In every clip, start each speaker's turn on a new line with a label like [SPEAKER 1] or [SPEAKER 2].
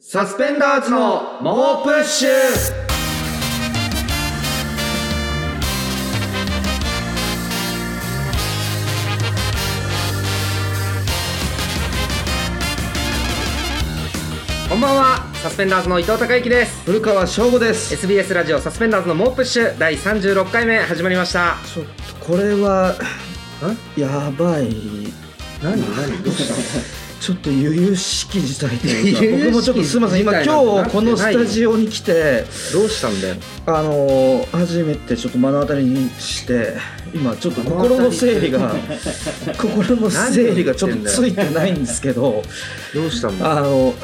[SPEAKER 1] サスペンダーズの猛プッシュこんばんはサスペンダーズの伊藤孝之です
[SPEAKER 2] 古川翔吾です。
[SPEAKER 1] SBS ラジオサスペンダーズの猛プッシュ第36回目始まりました
[SPEAKER 2] ちょっとこれはやばい。
[SPEAKER 1] 何何どうし、
[SPEAKER 2] ちょっと由々しき事態というか
[SPEAKER 1] 悠々しき
[SPEAKER 2] 僕もちょっとすみません。今
[SPEAKER 1] 事態な
[SPEAKER 2] 今
[SPEAKER 1] んて
[SPEAKER 2] 日このスタジオに来て、
[SPEAKER 1] たどうしたんだよ
[SPEAKER 2] あのー初めてちょっと目の当たりにして、今ちょっと心の整理が心の整理がちょっとついてないんですけど、
[SPEAKER 1] どうしたん
[SPEAKER 2] あの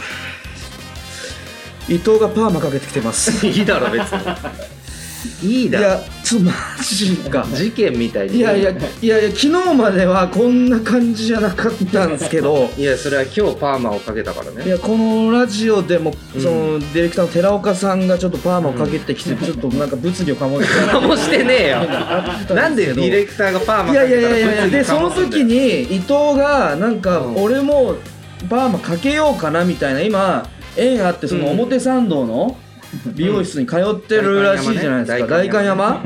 [SPEAKER 2] 伊藤がパーマかけてきてます。
[SPEAKER 1] いいだろ別にいい
[SPEAKER 2] い
[SPEAKER 1] だろ
[SPEAKER 2] や、ちょっとマジか。
[SPEAKER 1] 事件みたいに
[SPEAKER 2] いやいやいやいや昨日まではこんな感じじゃなかったんですけ ど
[SPEAKER 1] いやそれは今日パーマをかけたから
[SPEAKER 2] い
[SPEAKER 1] ね
[SPEAKER 2] やこのラジオでもその、ディレクターの寺岡さんがちょっとパーマをかけてき て、ちょっとなんか物議を醸して
[SPEAKER 1] 何もしてね えよ
[SPEAKER 2] た
[SPEAKER 1] なん
[SPEAKER 2] んで
[SPEAKER 1] です
[SPEAKER 2] けど
[SPEAKER 1] ディレクターがパーマ
[SPEAKER 2] いや
[SPEAKER 1] か
[SPEAKER 2] い
[SPEAKER 1] け
[SPEAKER 2] やい
[SPEAKER 1] たら
[SPEAKER 2] やいや でその時に伊藤がなんか
[SPEAKER 1] うん
[SPEAKER 2] 俺もパーマかけようかなみたいな今縁あってその
[SPEAKER 1] うん
[SPEAKER 2] 表参道の美容室に通ってるらしいじゃないですか代
[SPEAKER 1] 代官
[SPEAKER 2] 官
[SPEAKER 1] 山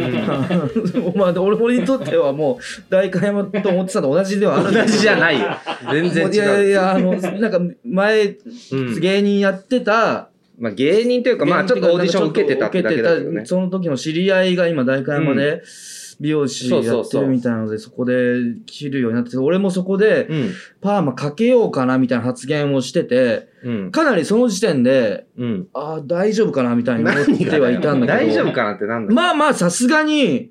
[SPEAKER 2] 山 まあ俺俺にとってはもう代官山と表参道同じではあるんで
[SPEAKER 1] 同
[SPEAKER 2] すけ
[SPEAKER 1] じ
[SPEAKER 2] ど
[SPEAKER 1] じゃないよ全然違う
[SPEAKER 2] いやいや、あの、なんか前、
[SPEAKER 1] うん
[SPEAKER 2] 芸人やってた、
[SPEAKER 1] まあ、芸人というかまあちょっとオーディション受けてたってだけだけどね
[SPEAKER 2] その時の知り合いが今、代官山で美容師や
[SPEAKER 1] そう
[SPEAKER 2] っ
[SPEAKER 1] そ
[SPEAKER 2] て
[SPEAKER 1] うそ
[SPEAKER 2] る
[SPEAKER 1] う
[SPEAKER 2] みたいなので、そこで切るようになってて、俺もそこで
[SPEAKER 1] うん
[SPEAKER 2] パーマかけようかなみたいな発言をしてて、
[SPEAKER 1] うん
[SPEAKER 2] かなりその時点で、
[SPEAKER 1] うん
[SPEAKER 2] ああ、大丈夫かなみたいに思っ
[SPEAKER 1] 何が
[SPEAKER 2] てはいたんだけ
[SPEAKER 1] 大
[SPEAKER 2] ど。
[SPEAKER 1] 丈夫かなってなんだ
[SPEAKER 2] まあまあ、さすがに、
[SPEAKER 1] うん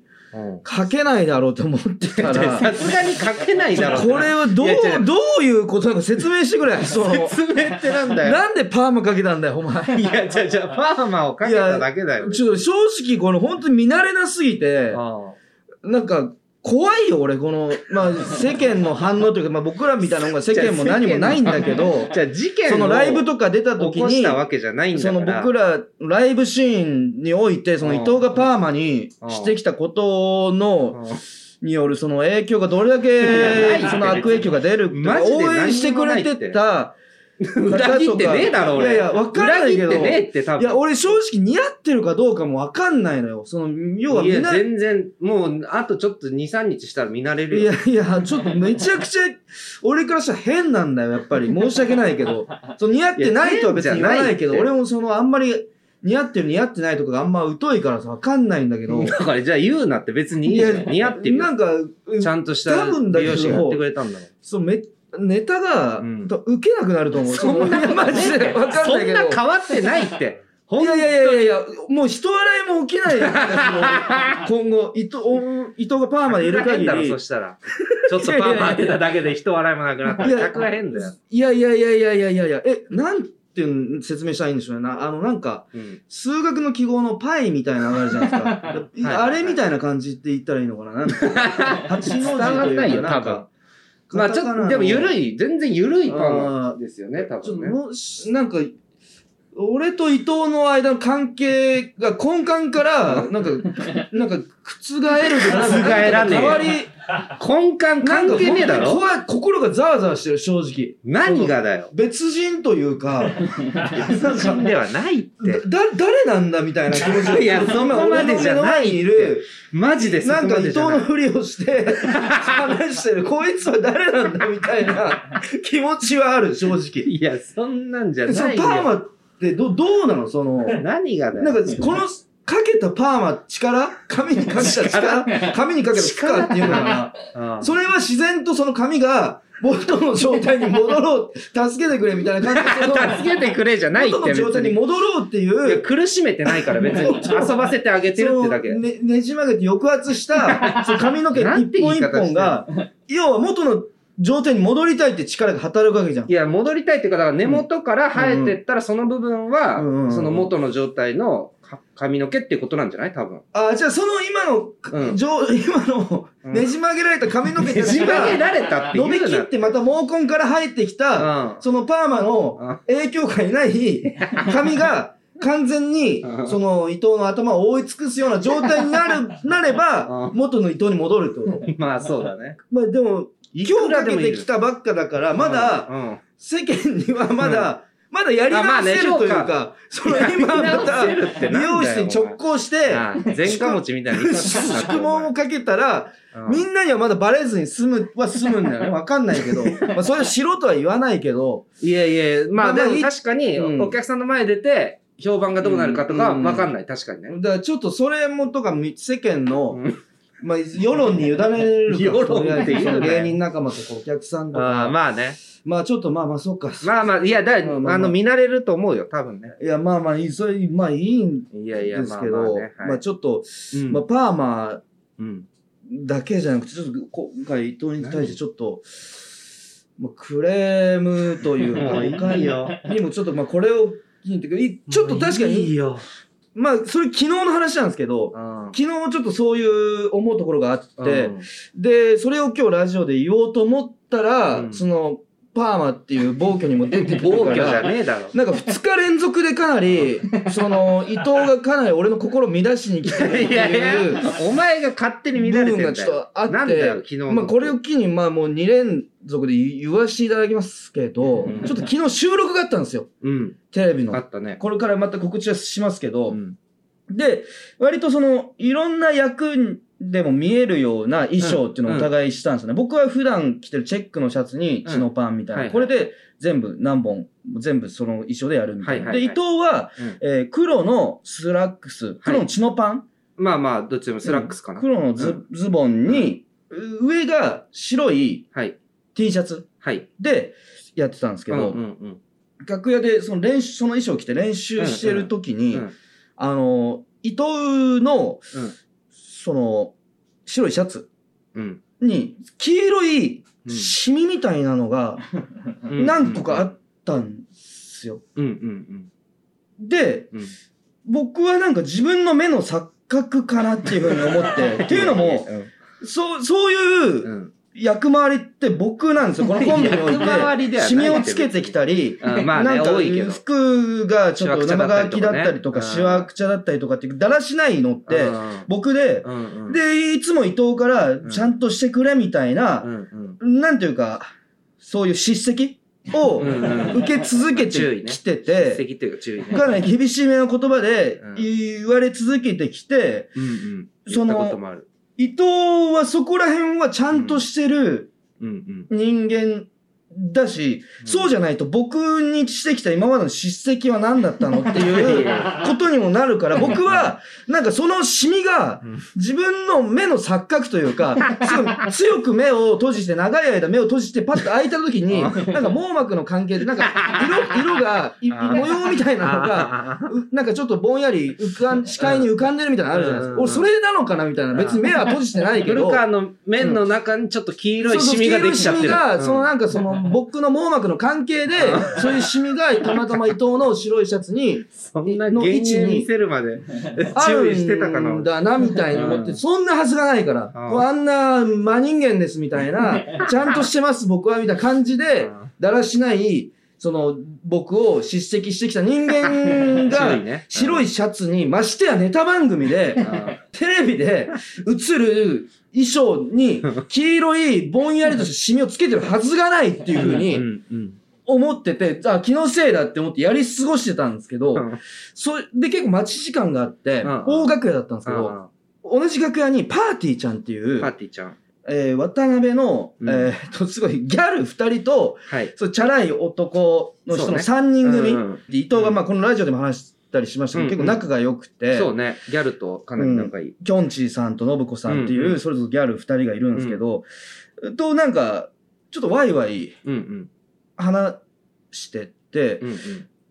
[SPEAKER 2] かけないだろうと思ってた ら、
[SPEAKER 1] さすがにかけないだろ
[SPEAKER 2] これはど
[SPEAKER 1] いや違う
[SPEAKER 2] う、どういうことなのか説明してく れ。その
[SPEAKER 1] 説明ってなんだよ
[SPEAKER 2] なんでパーマかけたんだよ、お前。
[SPEAKER 1] いやじゃあじゃあパーマをかけただけだよ
[SPEAKER 2] ちょっと正直、この本当に見慣れなすぎて、
[SPEAKER 1] あ
[SPEAKER 2] なんか、怖いよ、俺、この、まあ、世間の反応というか、まあ、僕らみたいなもんが世間も何もないんだけど
[SPEAKER 1] あ、じゃあ事件を
[SPEAKER 2] そのライブとか出た
[SPEAKER 1] 起
[SPEAKER 2] 時
[SPEAKER 1] こし
[SPEAKER 2] に、
[SPEAKER 1] たわけじゃないんだ
[SPEAKER 2] そ
[SPEAKER 1] か
[SPEAKER 2] の
[SPEAKER 1] ら
[SPEAKER 2] 僕ら、ライブシーンにおいて、その伊藤がパーマに
[SPEAKER 1] うん
[SPEAKER 2] してきたことの、
[SPEAKER 1] うん
[SPEAKER 2] によるその影響がどれだ
[SPEAKER 1] やない
[SPEAKER 2] け、その悪影響が出るって
[SPEAKER 1] マジで何も
[SPEAKER 2] 応
[SPEAKER 1] ないって
[SPEAKER 2] 援してくれてた、
[SPEAKER 1] 裏切ってねえだろ、俺。
[SPEAKER 2] いやいやわかんないけど
[SPEAKER 1] 裏切ってねえって多分。
[SPEAKER 2] いや、俺正直似合ってるかどうかもわかんないのよ。その、要はい
[SPEAKER 1] や
[SPEAKER 2] みんな、
[SPEAKER 1] 全然、もう、あとちょっと2、3日したら見慣れる
[SPEAKER 2] い
[SPEAKER 1] よ。
[SPEAKER 2] やいや、ちょっとめちゃくちゃ、俺からしたら変なんだよ、やっぱり。申し訳ないけど。そう似合ってないとは別に言わないけど、
[SPEAKER 1] いや変
[SPEAKER 2] 俺
[SPEAKER 1] じゃ
[SPEAKER 2] もその、あんまり似合ってる似合ってないとかがあんま疎いからさ、わかんないんだけど。
[SPEAKER 1] だから、じゃあ言うなって別にいいじゃん。
[SPEAKER 2] い
[SPEAKER 1] 似合ってるよ。
[SPEAKER 2] なんか、
[SPEAKER 1] ちゃんとした
[SPEAKER 2] 多分だ
[SPEAKER 1] 美
[SPEAKER 2] けど
[SPEAKER 1] 容師がやってくれたんだもん。
[SPEAKER 2] そう、め、ネタが、
[SPEAKER 1] うん
[SPEAKER 2] と受けなくなると思う。
[SPEAKER 1] そんな
[SPEAKER 2] そのいやマジでわかん
[SPEAKER 1] そ
[SPEAKER 2] ないけ
[SPEAKER 1] ん
[SPEAKER 2] ど。
[SPEAKER 1] な変わってないって。
[SPEAKER 2] いやいやいやいやいや、もう人笑いも起きないよ。 もう今後、伊藤、お伊藤がパーマでいる限
[SPEAKER 1] 変だろ、
[SPEAKER 2] り
[SPEAKER 1] そ。したら。ちょっとパーマ当てただけで人笑いもなくなった。
[SPEAKER 2] いや
[SPEAKER 1] 客が変だよ。
[SPEAKER 2] いやいやいやいやいやいやいや、え、なんていうの説明したらいいんでしょうね。なあの、なんか、
[SPEAKER 1] うん
[SPEAKER 2] 数学の記号のパイみたいなのがあるじゃないですか。
[SPEAKER 1] はい
[SPEAKER 2] あれみたいな感じって言ったらいいのかななんか、八の字という
[SPEAKER 1] 伝わんないよ、多
[SPEAKER 2] なん
[SPEAKER 1] 分
[SPEAKER 2] か。
[SPEAKER 1] まあちょっと、でも緩
[SPEAKER 2] い。
[SPEAKER 1] い、全然緩いパー
[SPEAKER 2] あ
[SPEAKER 1] マですよね、多
[SPEAKER 2] ちょっ
[SPEAKER 1] 分
[SPEAKER 2] と
[SPEAKER 1] ね。
[SPEAKER 2] もし、なんか、俺と伊藤の間の関係が根幹から、なんか、なんか、覆るとか、
[SPEAKER 1] 覆らねえよ
[SPEAKER 2] 変わり、
[SPEAKER 1] 根幹
[SPEAKER 2] なんか
[SPEAKER 1] 関係ねえだろ
[SPEAKER 2] 本当に怖い、心がザワザワしてる、正直。
[SPEAKER 1] 何がだよ。
[SPEAKER 2] 別人というか、
[SPEAKER 1] 別人ではないって。
[SPEAKER 2] だ、誰なんだみたいな気持ちが。
[SPEAKER 1] いやそこまでじゃないって
[SPEAKER 2] いる。
[SPEAKER 1] マジでそ
[SPEAKER 2] な
[SPEAKER 1] こ
[SPEAKER 2] ん
[SPEAKER 1] ま
[SPEAKER 2] か伊
[SPEAKER 1] でじ
[SPEAKER 2] 藤
[SPEAKER 1] ゃない
[SPEAKER 2] のふりをして、話してる。こいつは誰なんだみたいな気持ちはある、正直。
[SPEAKER 1] いや、そんなんじゃ
[SPEAKER 2] そ
[SPEAKER 1] な
[SPEAKER 2] の
[SPEAKER 1] い
[SPEAKER 2] パ
[SPEAKER 1] よ。
[SPEAKER 2] ーマってど、どうなのその、
[SPEAKER 1] 何がだよ。
[SPEAKER 2] なんか、この、かけたパーマ、力髪にかけた力髪にかけた力っていうのかな
[SPEAKER 1] ああ
[SPEAKER 2] それは自然とその髪が、元の状態に戻ろう、助けてくれみたいな感じで、その
[SPEAKER 1] 助けてくれじゃないって
[SPEAKER 2] 元の
[SPEAKER 1] 別
[SPEAKER 2] 状態に
[SPEAKER 1] に。
[SPEAKER 2] 戻ろうっていう
[SPEAKER 1] いや、苦しめてないから 別に。遊ばせてあげてるってだけ
[SPEAKER 2] そ。のねねじ曲げて抑圧 した、その髪の毛
[SPEAKER 1] なんて
[SPEAKER 2] 一
[SPEAKER 1] 言
[SPEAKER 2] 本一
[SPEAKER 1] い方してんの
[SPEAKER 2] 本が、要は元の状態に戻りたいって力が働くわけじゃん。
[SPEAKER 1] いや、戻りたいっていうか、だから根元から生えてったら、その部分は、
[SPEAKER 2] うんうん
[SPEAKER 1] その元の状態のか髪の毛っていうことなんじゃない多分。
[SPEAKER 2] あ、じゃあその今の、
[SPEAKER 1] うん
[SPEAKER 2] 状今の、
[SPEAKER 1] うん
[SPEAKER 2] ねじ曲げられた髪の毛
[SPEAKER 1] ねじ曲げられたって言
[SPEAKER 2] 伸
[SPEAKER 1] うな。
[SPEAKER 2] びきってまた毛根から生えてき
[SPEAKER 1] う
[SPEAKER 2] た、
[SPEAKER 1] ん。
[SPEAKER 2] そのパーマの
[SPEAKER 1] うん
[SPEAKER 2] 影響下にない髪が、完全に
[SPEAKER 1] う、ん
[SPEAKER 2] その伊藤の頭を覆い尽くすような状態にな る、なれば
[SPEAKER 1] う、
[SPEAKER 2] 元の伊藤に戻 るってこと。
[SPEAKER 1] まあ、そうだね。
[SPEAKER 2] まあでも、
[SPEAKER 1] い
[SPEAKER 2] 今
[SPEAKER 1] く
[SPEAKER 2] 日
[SPEAKER 1] ら
[SPEAKER 2] か
[SPEAKER 1] で
[SPEAKER 2] け
[SPEAKER 1] もい
[SPEAKER 2] て
[SPEAKER 1] る
[SPEAKER 2] きたばっかだから、まだ、
[SPEAKER 1] うん。
[SPEAKER 2] 世間にはまだ、まだやり直せるという
[SPEAKER 1] あまあねそう
[SPEAKER 2] か、その今また、
[SPEAKER 1] やり直せるってなんだ
[SPEAKER 2] 美
[SPEAKER 1] よ
[SPEAKER 2] 容室に直行して、
[SPEAKER 1] ああ前科持ちみたいな言い方すな
[SPEAKER 2] 質問をかけたら、みんなにはまだバレずに済むは済むん だよね。わかんないけど。まあ、それを知ろうとは言わないけど、
[SPEAKER 1] いやいや、まあ
[SPEAKER 2] ま
[SPEAKER 1] で
[SPEAKER 2] あ
[SPEAKER 1] も確かに、
[SPEAKER 2] うん
[SPEAKER 1] お客さんの前出て、評判がどうなるかとか
[SPEAKER 2] うん
[SPEAKER 1] わかんない、確かにね。
[SPEAKER 2] だからちょっとそれもとかみ世間の
[SPEAKER 1] うん、
[SPEAKER 2] まあ、世論に委ねるから
[SPEAKER 1] 世論って言うなよ
[SPEAKER 2] その芸人仲間とかお客さんと
[SPEAKER 1] ああ
[SPEAKER 2] か、
[SPEAKER 1] まあね。
[SPEAKER 2] まあちょっとまあまあそうか。
[SPEAKER 1] まあまあ、いや、だい
[SPEAKER 2] まあまあ
[SPEAKER 1] あの、見慣れると思うよ、多分ね。
[SPEAKER 2] いや、まあまあいい、それ、まあいいん
[SPEAKER 1] いやいや、
[SPEAKER 2] で
[SPEAKER 1] ますあ
[SPEAKER 2] け
[SPEAKER 1] まあ
[SPEAKER 2] ど
[SPEAKER 1] ね、。
[SPEAKER 2] ま
[SPEAKER 1] は
[SPEAKER 2] あ
[SPEAKER 1] い
[SPEAKER 2] ちょっと、
[SPEAKER 1] うん
[SPEAKER 2] まあパーマ
[SPEAKER 1] うん
[SPEAKER 2] だけじゃなくて、ちょっと今回伊藤に対してちょっと、まあ、クレームという
[SPEAKER 1] もう
[SPEAKER 2] か、
[SPEAKER 1] いいよ
[SPEAKER 2] にもちょっとまあこれを聞いてくる、いちょっと確か
[SPEAKER 1] いい
[SPEAKER 2] に、
[SPEAKER 1] よ。
[SPEAKER 2] まあそれ昨日の話なんですけど、
[SPEAKER 1] うん
[SPEAKER 2] 昨日ちょっとそういう思うところがあって、
[SPEAKER 1] うん
[SPEAKER 2] で、それを今日ラジオで言おうと思ったら、
[SPEAKER 1] うん
[SPEAKER 2] そのパーマっていう暴挙にも出てくる
[SPEAKER 1] 暴
[SPEAKER 2] か
[SPEAKER 1] 挙じゃ
[SPEAKER 2] ら、
[SPEAKER 1] ねえだろ。
[SPEAKER 2] なんか2日連続でかなり、その伊藤がかなり俺の心を乱しに来てるって
[SPEAKER 1] いやい
[SPEAKER 2] いう
[SPEAKER 1] や、お前が勝手に
[SPEAKER 2] 部
[SPEAKER 1] 見られて
[SPEAKER 2] 分
[SPEAKER 1] る
[SPEAKER 2] が
[SPEAKER 1] ん
[SPEAKER 2] ち
[SPEAKER 1] だ
[SPEAKER 2] ょっと
[SPEAKER 1] よ。
[SPEAKER 2] あって、
[SPEAKER 1] なんだよ、昨日の。
[SPEAKER 2] まあこれを機にまあもう2連続で言わせていただきますけど、
[SPEAKER 1] うん
[SPEAKER 2] ちょっと昨日収録があったんですよ。
[SPEAKER 1] うん。
[SPEAKER 2] テレビ
[SPEAKER 1] あ
[SPEAKER 2] の。
[SPEAKER 1] ったね。
[SPEAKER 2] これからまた告知はしますけど、
[SPEAKER 1] うん
[SPEAKER 2] で、割とその、いろんな役でも見えるような衣装っていうのをお互いしたんですよね。僕は普段着てるチェックのシャツにチノパンみたいな。
[SPEAKER 1] うん
[SPEAKER 2] これで全部何本、全部その衣装でやるみたいな。
[SPEAKER 1] はいはいは
[SPEAKER 2] で、
[SPEAKER 1] い
[SPEAKER 2] 伊藤は、
[SPEAKER 1] うん
[SPEAKER 2] えー黒のスラックス、黒のチノパン、
[SPEAKER 1] まあまあ、どっちでもスラックスかな。
[SPEAKER 2] 黒のズ,、ズボンに、上が白い
[SPEAKER 1] はい。
[SPEAKER 2] T シャツ
[SPEAKER 1] はい。
[SPEAKER 2] でやってたんですけど、
[SPEAKER 1] うんうん
[SPEAKER 2] 楽屋でその練習、その衣装着て練習してる時
[SPEAKER 1] う
[SPEAKER 2] に、
[SPEAKER 1] んうん。
[SPEAKER 2] あの、伊藤の、
[SPEAKER 1] うん
[SPEAKER 2] その、白いシャツ
[SPEAKER 1] うん
[SPEAKER 2] に、黄色い
[SPEAKER 1] うん
[SPEAKER 2] シミみたいなのが、
[SPEAKER 1] うん
[SPEAKER 2] 何個かあったんですよ。
[SPEAKER 1] うんうん
[SPEAKER 2] で、
[SPEAKER 1] うんうん。。
[SPEAKER 2] 僕はなんか自分の目の錯覚かなっていうふうに思って、っていうのも、そう、そういううん役回りって僕なんですよ。このコンビにおい
[SPEAKER 1] 役回りで
[SPEAKER 2] て、
[SPEAKER 1] はない
[SPEAKER 2] シミをつけてきたり、
[SPEAKER 1] うんまあね、
[SPEAKER 2] なんか
[SPEAKER 1] 多いけど。
[SPEAKER 2] 服がちょっと
[SPEAKER 1] しわくちゃだ
[SPEAKER 2] 生
[SPEAKER 1] ったり
[SPEAKER 2] 乾
[SPEAKER 1] と
[SPEAKER 2] きだ
[SPEAKER 1] か
[SPEAKER 2] っ
[SPEAKER 1] ね
[SPEAKER 2] たりと
[SPEAKER 1] う
[SPEAKER 2] か、
[SPEAKER 1] ん
[SPEAKER 2] しわくちゃだったりとかって、だらしないのって、
[SPEAKER 1] うん
[SPEAKER 2] 僕で、
[SPEAKER 1] うんうん、
[SPEAKER 2] で、いつも伊藤から
[SPEAKER 1] ん
[SPEAKER 2] ちゃんとしてくれみたいな
[SPEAKER 1] う、んうん、
[SPEAKER 2] なんていうか、そういう叱責を
[SPEAKER 1] うんうん
[SPEAKER 2] 受け続け
[SPEAKER 1] 注意
[SPEAKER 2] て
[SPEAKER 1] ね
[SPEAKER 2] きて
[SPEAKER 1] 出
[SPEAKER 2] て、
[SPEAKER 1] 席というか注意ね。
[SPEAKER 2] かなり厳しめの言葉で
[SPEAKER 1] うん
[SPEAKER 2] 言われ続けてきて、
[SPEAKER 1] うんうん。
[SPEAKER 2] その
[SPEAKER 1] 言ったこともある。
[SPEAKER 2] 伊藤はそこら辺はちゃんとしてる
[SPEAKER 1] うんうん。
[SPEAKER 2] 人間だし、そうじゃないと僕にしてきた今までの叱責は何だったのっていうことにもなる から、僕は、なんかそのシミが
[SPEAKER 1] うん、
[SPEAKER 2] 自分の目の錯覚というか、すごい強く目を閉じて、長い間目を閉じて、パッと開いた時に、なんか網膜の関係で、なんか色、色が、い
[SPEAKER 1] あー
[SPEAKER 2] 模様みたいなのが、
[SPEAKER 1] あー
[SPEAKER 2] うなんかちょっとぼんやり浮かん、視界に浮かんでるみたいなのあるじゃないです
[SPEAKER 1] うん
[SPEAKER 2] か。俺、それなのかなみたいな。別に目は閉じてないけ
[SPEAKER 1] ブル
[SPEAKER 2] ど。
[SPEAKER 1] カーの面の中にちょっと黄色
[SPEAKER 2] そう
[SPEAKER 1] い
[SPEAKER 2] そう
[SPEAKER 1] シミができちゃってる。
[SPEAKER 2] 黄色いシミが、その
[SPEAKER 1] うん
[SPEAKER 2] なんかその、僕の網膜の関係で、そういうシミが、たまたま伊藤の白いシャツに、
[SPEAKER 1] そんな
[SPEAKER 2] の
[SPEAKER 1] 原
[SPEAKER 2] 位置
[SPEAKER 1] 因
[SPEAKER 2] に
[SPEAKER 1] 見せるまで
[SPEAKER 2] あ
[SPEAKER 1] 注
[SPEAKER 2] る
[SPEAKER 1] 意してたか
[SPEAKER 2] ん
[SPEAKER 1] な。
[SPEAKER 2] だな、みたいに思っ
[SPEAKER 1] う
[SPEAKER 2] て、
[SPEAKER 1] ん
[SPEAKER 2] そんなはずがないから、こうあんな真人間です、みたい な、ちゃんとしてます、僕は、みたいな感じで、だらしない、その、僕を叱責してきた人間
[SPEAKER 1] 注意
[SPEAKER 2] が、
[SPEAKER 1] ね。
[SPEAKER 2] 白いシャツに、ましてやネタ番組
[SPEAKER 1] う
[SPEAKER 2] で、
[SPEAKER 1] ん。
[SPEAKER 2] テレビで映る衣装 に、黄色いぼんやりとしたシミをつけてるはずがないっていうふう
[SPEAKER 1] う
[SPEAKER 2] に
[SPEAKER 1] んうん
[SPEAKER 2] 思ってて、あ、気のせいだって思ってやり過ごしてたんですけど、
[SPEAKER 1] うん
[SPEAKER 2] それで結構待ち時間があって、
[SPEAKER 1] うん
[SPEAKER 2] 大楽屋だったんですけど、
[SPEAKER 1] あ
[SPEAKER 2] 同じ楽屋にパーティーちゃんってい
[SPEAKER 1] ーパー
[SPEAKER 2] う、
[SPEAKER 1] ティーちゃん。
[SPEAKER 2] えー渡辺の、
[SPEAKER 1] うん
[SPEAKER 2] えーっと、すごいギャル二人と、
[SPEAKER 1] はい。
[SPEAKER 2] そう、チャラい男の人
[SPEAKER 1] そう
[SPEAKER 2] の
[SPEAKER 1] ね
[SPEAKER 2] 三人組、
[SPEAKER 1] うんうん
[SPEAKER 2] で伊藤がまあこのラジオでも話したりしましたけど、
[SPEAKER 1] うんうん
[SPEAKER 2] 結構仲が良くて、
[SPEAKER 1] そうね。ギャルとかなり仲いい。
[SPEAKER 2] きょんちぃさんと信子さんっていうう、
[SPEAKER 1] んうん
[SPEAKER 2] それぞれギャル二人がいるんですけど、となんか、ちょっとワイワイ
[SPEAKER 1] うんうん。
[SPEAKER 2] 話してって、
[SPEAKER 1] うん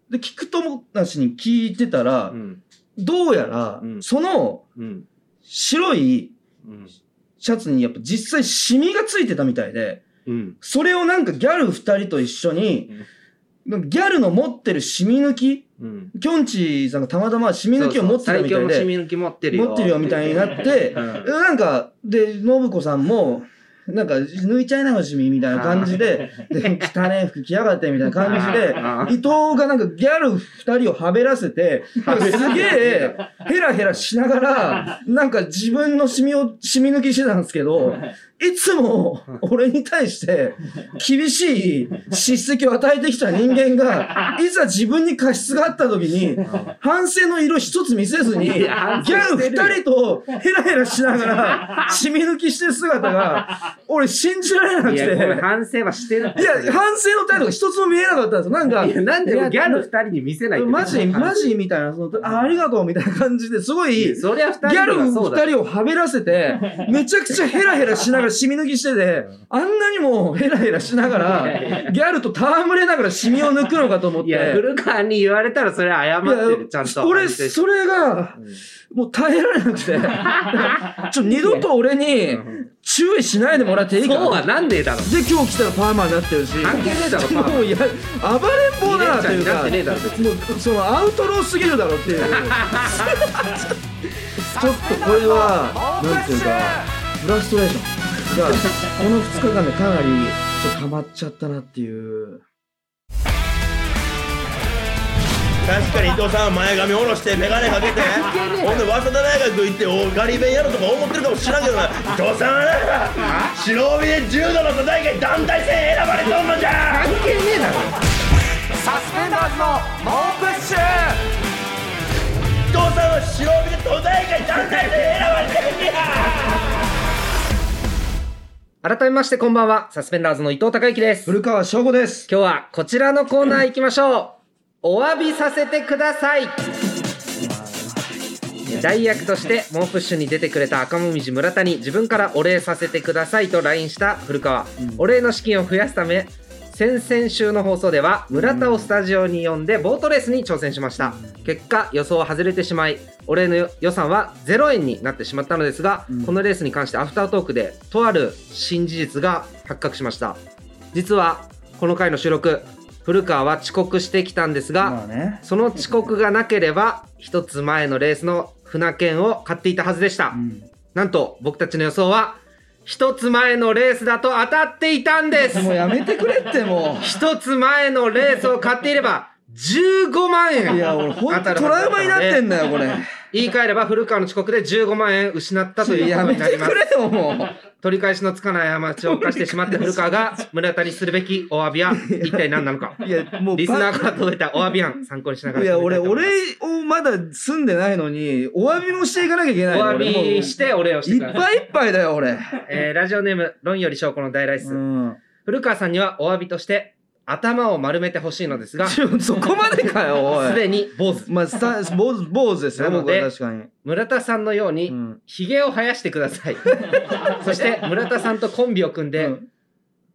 [SPEAKER 2] で、聞く友達に聞いてたら、
[SPEAKER 1] うん。うん
[SPEAKER 2] どうやら、
[SPEAKER 1] うん
[SPEAKER 2] その
[SPEAKER 1] うん
[SPEAKER 2] 白い
[SPEAKER 1] うん
[SPEAKER 2] シャツにやっぱ実際シミがついてたみたいで、
[SPEAKER 1] うん。
[SPEAKER 2] それをなんかギャル二人と一緒に、なんかギャルの持ってるシミ抜き、
[SPEAKER 1] うん。
[SPEAKER 2] きょんちぃさんがたまたまシミ抜きを持ってたみたい
[SPEAKER 1] そうそう最強のシ
[SPEAKER 2] で、
[SPEAKER 1] ミ抜き持ってるよ。
[SPEAKER 2] 持ってるよみたいになって、
[SPEAKER 1] うん
[SPEAKER 2] なんか、で、信子さんも、なんか、抜いちゃいなよ、シミみたいな感じで、で、汚ね服着やがって、みたいな感じで、
[SPEAKER 1] あー
[SPEAKER 2] 伊藤がなんかギャル二人をはべらせて、なんかすげえ、ヘラヘラしながら、なんか自分のシミを、シミ抜きしてたんですけど、いつも俺に対して厳しい叱責を与えてきた人間が、いざ自分に過失があった時に、反省の色一つ見せずに、ギャル二人とヘラヘラしなが ら、染み抜きしてる姿が、俺信じられなく
[SPEAKER 1] い
[SPEAKER 2] て。い
[SPEAKER 1] や、ごめん
[SPEAKER 2] や、
[SPEAKER 1] 反省はしてない。
[SPEAKER 2] 反省の態度が一つも見えなかったんですよ。なんか、
[SPEAKER 1] いやなんで
[SPEAKER 2] いや
[SPEAKER 1] ギャル二人に見せないって
[SPEAKER 2] マジ、マジみたいな、その、あありがとうみたいな感じで、すごい、
[SPEAKER 1] いやそりゃ二人
[SPEAKER 2] ギャル
[SPEAKER 1] はそうだ
[SPEAKER 2] 2人をはべらせて、めちゃくちゃヘラヘラしながら染み抜きしてて、あんなにもヘラヘラしながら、ギャルと戯れながら染みを抜くのかと思っ
[SPEAKER 1] いや、
[SPEAKER 2] て。
[SPEAKER 1] 古川に言われたらそれは謝ってる、ちゃんと。
[SPEAKER 2] 俺、
[SPEAKER 1] 反省して
[SPEAKER 2] それが、もう耐えられなくて、 ちょ、二度と俺に注意しないでもらっていいか
[SPEAKER 1] そうはなんねえだろ。
[SPEAKER 2] で、今日来たらパーマになってるし。
[SPEAKER 1] 関係ねえだろ、パーマ
[SPEAKER 2] もうや暴れん坊だなというか
[SPEAKER 1] いいねちゃんになってね
[SPEAKER 2] もうそのアウトローすぎるだろ っていうちょっとこれはなんていうかフラストレーションがこの2日間でかなりちょっと溜まっちゃったなっていう
[SPEAKER 3] 確かに伊藤さん前髪下ろして眼鏡かけてほんで早稲田大学行っておガリ弁やろとか思ってるかもしらんけどな伊藤さんはな白帯で柔道の都大会団体戦選ばれとんのじゃ
[SPEAKER 1] 関係ねえだろ。
[SPEAKER 3] 伊藤さんは白帯で都大会団体戦選ばれてるんや
[SPEAKER 1] 改めまして、こんばんは。サスペンダーズの伊藤孝之です。
[SPEAKER 2] 古川翔吾です
[SPEAKER 1] 今日はこちらのコーナー行きましょう。お詫びさせてください。代役として猛プッシュに出てくれた赤もみじ村田に自分からお礼させてくださいと LINE した古川、お礼の資金を増やすため先々週の放送では村田をスタジオに呼んでボートレースに挑戦しました、結果予想は外れてしまいお礼の予算は0円になってしまったのですが、このレースに関してアフタートークでとある新事実が発覚しました実はこの回の収録古川は遅刻してきたんですが、
[SPEAKER 2] まあね
[SPEAKER 1] その遅刻がなければ、一つ前のレースの船券を買っていたはずでした
[SPEAKER 2] う。ん
[SPEAKER 1] なんと、僕たちの予想は、一つ前のレースだと当たっていたんです
[SPEAKER 2] もうやめてくれっても
[SPEAKER 1] 一つ前のレースを買っていれば、15万円
[SPEAKER 2] ういや俺ほん
[SPEAKER 1] 当た
[SPEAKER 2] と
[SPEAKER 1] る
[SPEAKER 2] ト
[SPEAKER 1] はず
[SPEAKER 2] ラウマになってん
[SPEAKER 1] だっ
[SPEAKER 2] だよこれ
[SPEAKER 1] たので言い換えれば、古川の遅刻で15万円失った というこ
[SPEAKER 2] や
[SPEAKER 1] と
[SPEAKER 2] め
[SPEAKER 1] になり
[SPEAKER 2] て
[SPEAKER 1] ま
[SPEAKER 2] く
[SPEAKER 1] す。
[SPEAKER 2] れよもう
[SPEAKER 1] 取り返しのつかない過ちを犯してしまった古川が、村田にするべきお詫びは一体何なのか。
[SPEAKER 2] いやもう
[SPEAKER 1] リスナーから届いたお詫び案、参考にしながら
[SPEAKER 2] いや、
[SPEAKER 1] 決めた
[SPEAKER 2] 俺、
[SPEAKER 1] と思
[SPEAKER 2] 俺
[SPEAKER 1] ま
[SPEAKER 2] をま
[SPEAKER 1] す
[SPEAKER 2] だ住んでないのに、お詫びもしていかなきゃいけない
[SPEAKER 1] お
[SPEAKER 2] の
[SPEAKER 1] 詫
[SPEAKER 2] 俺もう
[SPEAKER 1] びしてお礼をして
[SPEAKER 2] いっ
[SPEAKER 1] くださ
[SPEAKER 2] ぱ
[SPEAKER 1] い。
[SPEAKER 2] いいっぱいだよ、俺。
[SPEAKER 1] えーラジオネーム、論より証拠の大ライス。
[SPEAKER 2] うん。
[SPEAKER 1] 古川さんにはお詫びとして、頭を丸めてほしいのですが、す
[SPEAKER 2] ちょそこまでかよ、 おい。
[SPEAKER 1] でに坊主。
[SPEAKER 2] まあ、スタ坊主、坊主ですよ、
[SPEAKER 1] なの
[SPEAKER 2] 僕
[SPEAKER 1] で
[SPEAKER 2] は確かに。
[SPEAKER 1] 村田さんのよう
[SPEAKER 2] う
[SPEAKER 1] に、
[SPEAKER 2] ん。
[SPEAKER 1] 髭を生やしてく ださい。そして、村田さんとコンビを組んで、
[SPEAKER 2] うん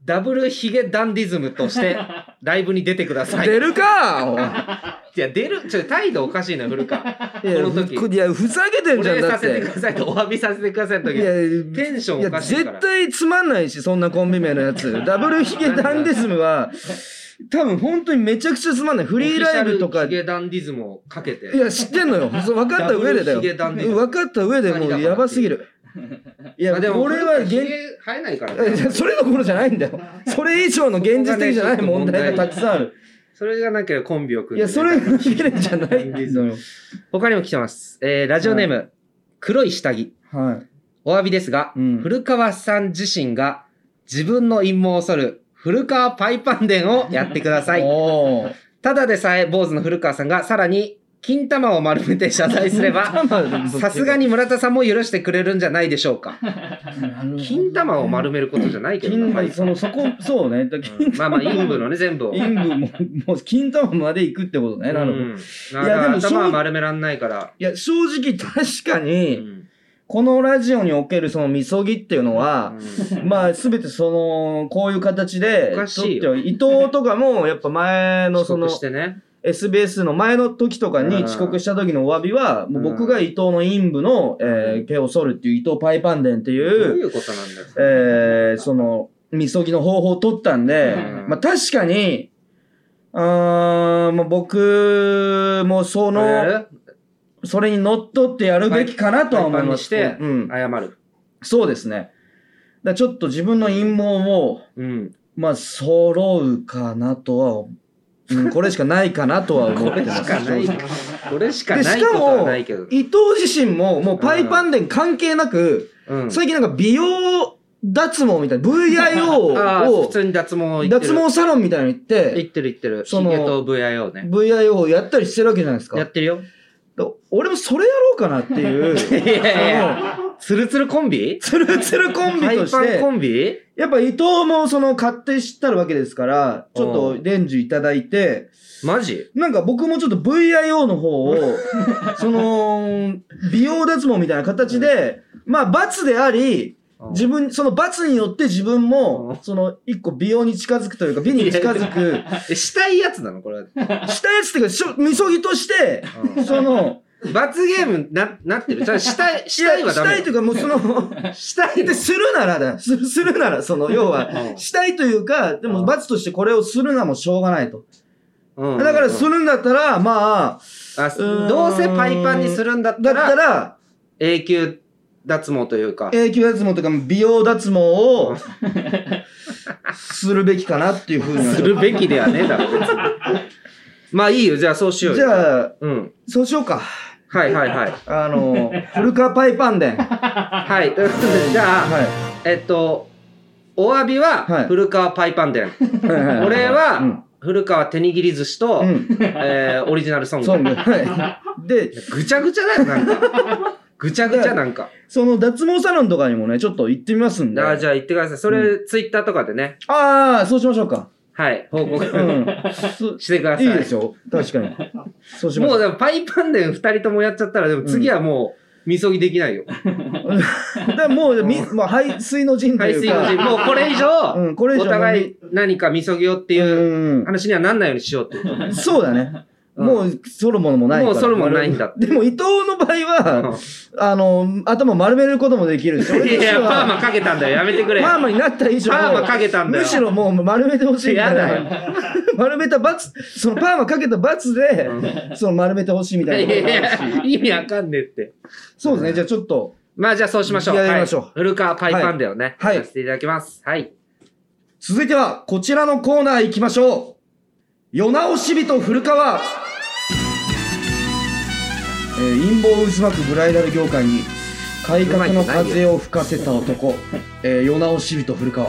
[SPEAKER 1] ダブルヒゲダンディズム として、ライブに出てください。
[SPEAKER 2] 出るかおい。
[SPEAKER 1] いや、出る、ちょ、態度おかしいな、古川。
[SPEAKER 2] いや
[SPEAKER 1] この時
[SPEAKER 2] ふいや、ふざけてん
[SPEAKER 1] お
[SPEAKER 2] じゃん、
[SPEAKER 1] 礼
[SPEAKER 2] だ
[SPEAKER 1] さ
[SPEAKER 2] っ
[SPEAKER 1] せてく
[SPEAKER 2] て。
[SPEAKER 1] ださいとお詫びさせてくださいの
[SPEAKER 2] い
[SPEAKER 1] 時、
[SPEAKER 2] や、
[SPEAKER 1] テンションお
[SPEAKER 2] いや
[SPEAKER 1] かしいから
[SPEAKER 2] 絶。対つまんないし、そんなコンビ名のやつ。 ダブルヒゲダンディズムは、多分本当にめちゃくちゃつまんない。フリーライブとか
[SPEAKER 1] ヒゲダンディズムをかけて
[SPEAKER 2] い。や、知ってんのよ。そう分かった上でだよ。
[SPEAKER 1] ダブルヒゲダンディズム
[SPEAKER 2] 分かった上でもうやばすぎる。いや、
[SPEAKER 1] まあでも、
[SPEAKER 2] 俺は現
[SPEAKER 1] ヒゲ生えないから
[SPEAKER 2] い
[SPEAKER 1] ね
[SPEAKER 2] や。それどころじゃないんだよ。それ以上の現実的じゃない問題がたくさんある。
[SPEAKER 1] それがなければコンビを組ん
[SPEAKER 2] いや、
[SPEAKER 1] で。
[SPEAKER 2] それが見れるんじゃないんだよ。
[SPEAKER 1] 他にも来てます。えー、ラジオネーム、黒い下着。
[SPEAKER 2] はい。
[SPEAKER 1] お詫びですが、
[SPEAKER 2] うん
[SPEAKER 1] 古川さん自身が自分の陰謀を剃る古川パイパンデ ンをやってください。
[SPEAKER 2] おー。
[SPEAKER 1] ただでさえ坊主の古川さんがさらに金玉を丸めて謝罪す れば、さすが
[SPEAKER 2] に。
[SPEAKER 1] に村田さんも許してくれるんじゃないでしょう か。金玉を丸めることじゃないけどな、
[SPEAKER 2] 金
[SPEAKER 1] まあ
[SPEAKER 2] 玉、その、そこ、そうね。だ金
[SPEAKER 1] まあまあ陰部のね、全部を。
[SPEAKER 2] 陰部も、もう金玉まで行くってことね。なるほど。
[SPEAKER 1] う
[SPEAKER 2] い
[SPEAKER 1] ん
[SPEAKER 2] いやでもそう
[SPEAKER 1] 頭は丸めらんないから。
[SPEAKER 2] や、正直確か
[SPEAKER 1] う
[SPEAKER 2] に、
[SPEAKER 1] ん
[SPEAKER 2] このラジオにおけるそのみそぎっていうのは、
[SPEAKER 1] うん
[SPEAKER 2] まあ、すべてその、こういう形で、
[SPEAKER 1] おかしいよ
[SPEAKER 2] 撮っては伊藤とかも、やっぱ前のその
[SPEAKER 1] 遅刻、してね。
[SPEAKER 2] SBS の前の時とかに遅刻した時のお詫びは、もう僕が伊藤の陰部の、えー毛を剃るっていう伊藤パイパンデンって
[SPEAKER 1] どう
[SPEAKER 2] いう、
[SPEAKER 1] いうことなんだよ。
[SPEAKER 2] えーその、みそぎの方法を取ったんで
[SPEAKER 1] う、ん
[SPEAKER 2] まあ確かに、うーん、まあ僕もそ
[SPEAKER 1] これや
[SPEAKER 2] の、
[SPEAKER 1] る
[SPEAKER 2] それに乗っ取ってやるべきかなとは思います。
[SPEAKER 1] パイパンにして
[SPEAKER 2] うん。
[SPEAKER 1] 謝る。
[SPEAKER 2] そうですね。だからちょっと自分の陰謀を、
[SPEAKER 1] うん。
[SPEAKER 2] まあ、揃うかなとは、 うん、これしかないかなとは思
[SPEAKER 1] こ
[SPEAKER 2] って
[SPEAKER 1] れ
[SPEAKER 2] ます。
[SPEAKER 1] しかない
[SPEAKER 2] 正直。
[SPEAKER 1] これしかないことはないけど。
[SPEAKER 2] 伊藤自身も、もうパイパンデン関係なく、
[SPEAKER 1] うん。
[SPEAKER 2] 最近なんか美容脱毛みたいな、VIO
[SPEAKER 1] ああ、普
[SPEAKER 2] を、
[SPEAKER 1] 通に脱毛行ってる。
[SPEAKER 2] 脱毛サロンみたいなの行って、
[SPEAKER 1] 行ってる行ってる。
[SPEAKER 2] そ
[SPEAKER 1] ヒ
[SPEAKER 2] の
[SPEAKER 1] ゲと VIO ね。
[SPEAKER 2] VIO をやったりしてるわけじゃないですか。
[SPEAKER 1] やってるよ。
[SPEAKER 2] だ俺もそれやろうかなっていう、
[SPEAKER 1] い やいやいや。ツルツルコンビ
[SPEAKER 2] ツルツルコンビ
[SPEAKER 1] ハ
[SPEAKER 2] と
[SPEAKER 1] イ
[SPEAKER 2] し
[SPEAKER 1] パン
[SPEAKER 2] て
[SPEAKER 1] コ、ンビ
[SPEAKER 2] やっぱ伊藤もその買って知ったるわけですから、ちょっと伝授いただいて、
[SPEAKER 1] マジ
[SPEAKER 2] なんか僕もちょっと VIO の方 を、その、美容脱毛みたいな形で、まあ罰であり、自分、その罰によって自分
[SPEAKER 1] うん
[SPEAKER 2] も、その一個美容に近づくというか、美に近づく、
[SPEAKER 1] えしたいやつなのこれは。
[SPEAKER 2] したやつっていうかしょ、みそぎとして、その、
[SPEAKER 1] 罰ゲームにな、なってる。じゃあしたい、したいは
[SPEAKER 2] し
[SPEAKER 1] ダ
[SPEAKER 2] た
[SPEAKER 1] メ
[SPEAKER 2] いというか、もうその、
[SPEAKER 1] したい
[SPEAKER 2] で、するならだ。すするなら、 その、要
[SPEAKER 1] う
[SPEAKER 2] は、
[SPEAKER 1] ん
[SPEAKER 2] したいというか、で
[SPEAKER 1] う
[SPEAKER 2] も
[SPEAKER 1] ん
[SPEAKER 2] 罰としてこれをするのはもうしょうがないと。
[SPEAKER 1] の。
[SPEAKER 2] だから、す
[SPEAKER 1] れ、
[SPEAKER 2] るんだったら、まあ、
[SPEAKER 1] あ
[SPEAKER 2] ーん
[SPEAKER 1] どうせパイパンにするんだった
[SPEAKER 2] だった
[SPEAKER 1] ら、
[SPEAKER 2] ら、
[SPEAKER 1] 永久脱毛というか。
[SPEAKER 2] 永久脱毛とか美容脱毛を、するべきかなっていうふうには
[SPEAKER 1] するべきではねえだろ、別に。まあいいよ、じゃあそうしようよ。
[SPEAKER 2] じゃあ、
[SPEAKER 1] うん。
[SPEAKER 2] そうしようか。
[SPEAKER 1] はいはいはい。
[SPEAKER 2] あ の、古川パイパンデン。は
[SPEAKER 1] はい。ということでじゃあ、
[SPEAKER 2] い。
[SPEAKER 1] えっと、お詫びは
[SPEAKER 2] はい
[SPEAKER 1] 古川パイパンデン。
[SPEAKER 2] はいはいい
[SPEAKER 1] 俺は、
[SPEAKER 2] うん
[SPEAKER 1] 古川手握り寿司と、
[SPEAKER 2] うん
[SPEAKER 1] えーオリジナルソング。
[SPEAKER 2] ソング。はい。で、
[SPEAKER 1] ぐちゃぐちゃだよ、なんか。ぐちゃぐちゃなんか。
[SPEAKER 2] その脱毛サロンとかにもね、ちょっと行ってみますんで。
[SPEAKER 1] あー
[SPEAKER 2] あ
[SPEAKER 1] じゃあ言ってください。それ、ツイッターとかでね、
[SPEAKER 2] あー、そうしましょうか。
[SPEAKER 1] はい、報告
[SPEAKER 2] うん。そ
[SPEAKER 1] してください。
[SPEAKER 2] いいですよ。確かに。そうしまし
[SPEAKER 1] も
[SPEAKER 2] ょ
[SPEAKER 1] う
[SPEAKER 2] う。
[SPEAKER 1] でもパイパンデン二人ともやっちゃったら、でも次はもう、みそぎできないよ。
[SPEAKER 2] だからもう、 みもう排水の陣と
[SPEAKER 1] 海
[SPEAKER 2] いう
[SPEAKER 1] 水の陣、
[SPEAKER 2] か。
[SPEAKER 1] もうこれ以上、
[SPEAKER 2] うんこれ以上
[SPEAKER 1] お互い何かみそぎをって
[SPEAKER 2] う
[SPEAKER 1] いうん
[SPEAKER 2] う
[SPEAKER 1] 話にはなんないようにしようってこと。
[SPEAKER 2] ん。そうだね。
[SPEAKER 1] うん
[SPEAKER 2] もう、剃るものもないから。
[SPEAKER 1] もう剃るものないんだ
[SPEAKER 2] でも、伊藤の場合
[SPEAKER 1] う
[SPEAKER 2] は、あの、頭丸めることもできるし。
[SPEAKER 1] んい
[SPEAKER 2] 俺として
[SPEAKER 1] や、パ
[SPEAKER 2] は
[SPEAKER 1] ーマかけたんだよ。やめてくれよ。
[SPEAKER 2] パーマになった以上。
[SPEAKER 1] パーマかけたんだよ
[SPEAKER 2] むしろもう丸めてほしいみたい
[SPEAKER 1] やだ
[SPEAKER 2] な。 丸めた罰、そのパーマかけた罰で、その丸めてほしいみ
[SPEAKER 1] い
[SPEAKER 2] た
[SPEAKER 1] や
[SPEAKER 2] い
[SPEAKER 1] い
[SPEAKER 2] な。
[SPEAKER 1] やいや意味わかんねえって。
[SPEAKER 2] そうですね。じゃあちょっと。
[SPEAKER 1] まあじゃあそうしましょう。
[SPEAKER 2] やりましょう
[SPEAKER 1] はい古川パイパンデンをね、
[SPEAKER 2] はい
[SPEAKER 1] やらせていただきます。はい。
[SPEAKER 2] 続いては、こちらのコーナー行きましょう。世直し人古川。えー陰謀を渦巻くブライダル業界に、改革の風を吹かせた男、えー世直し人古川。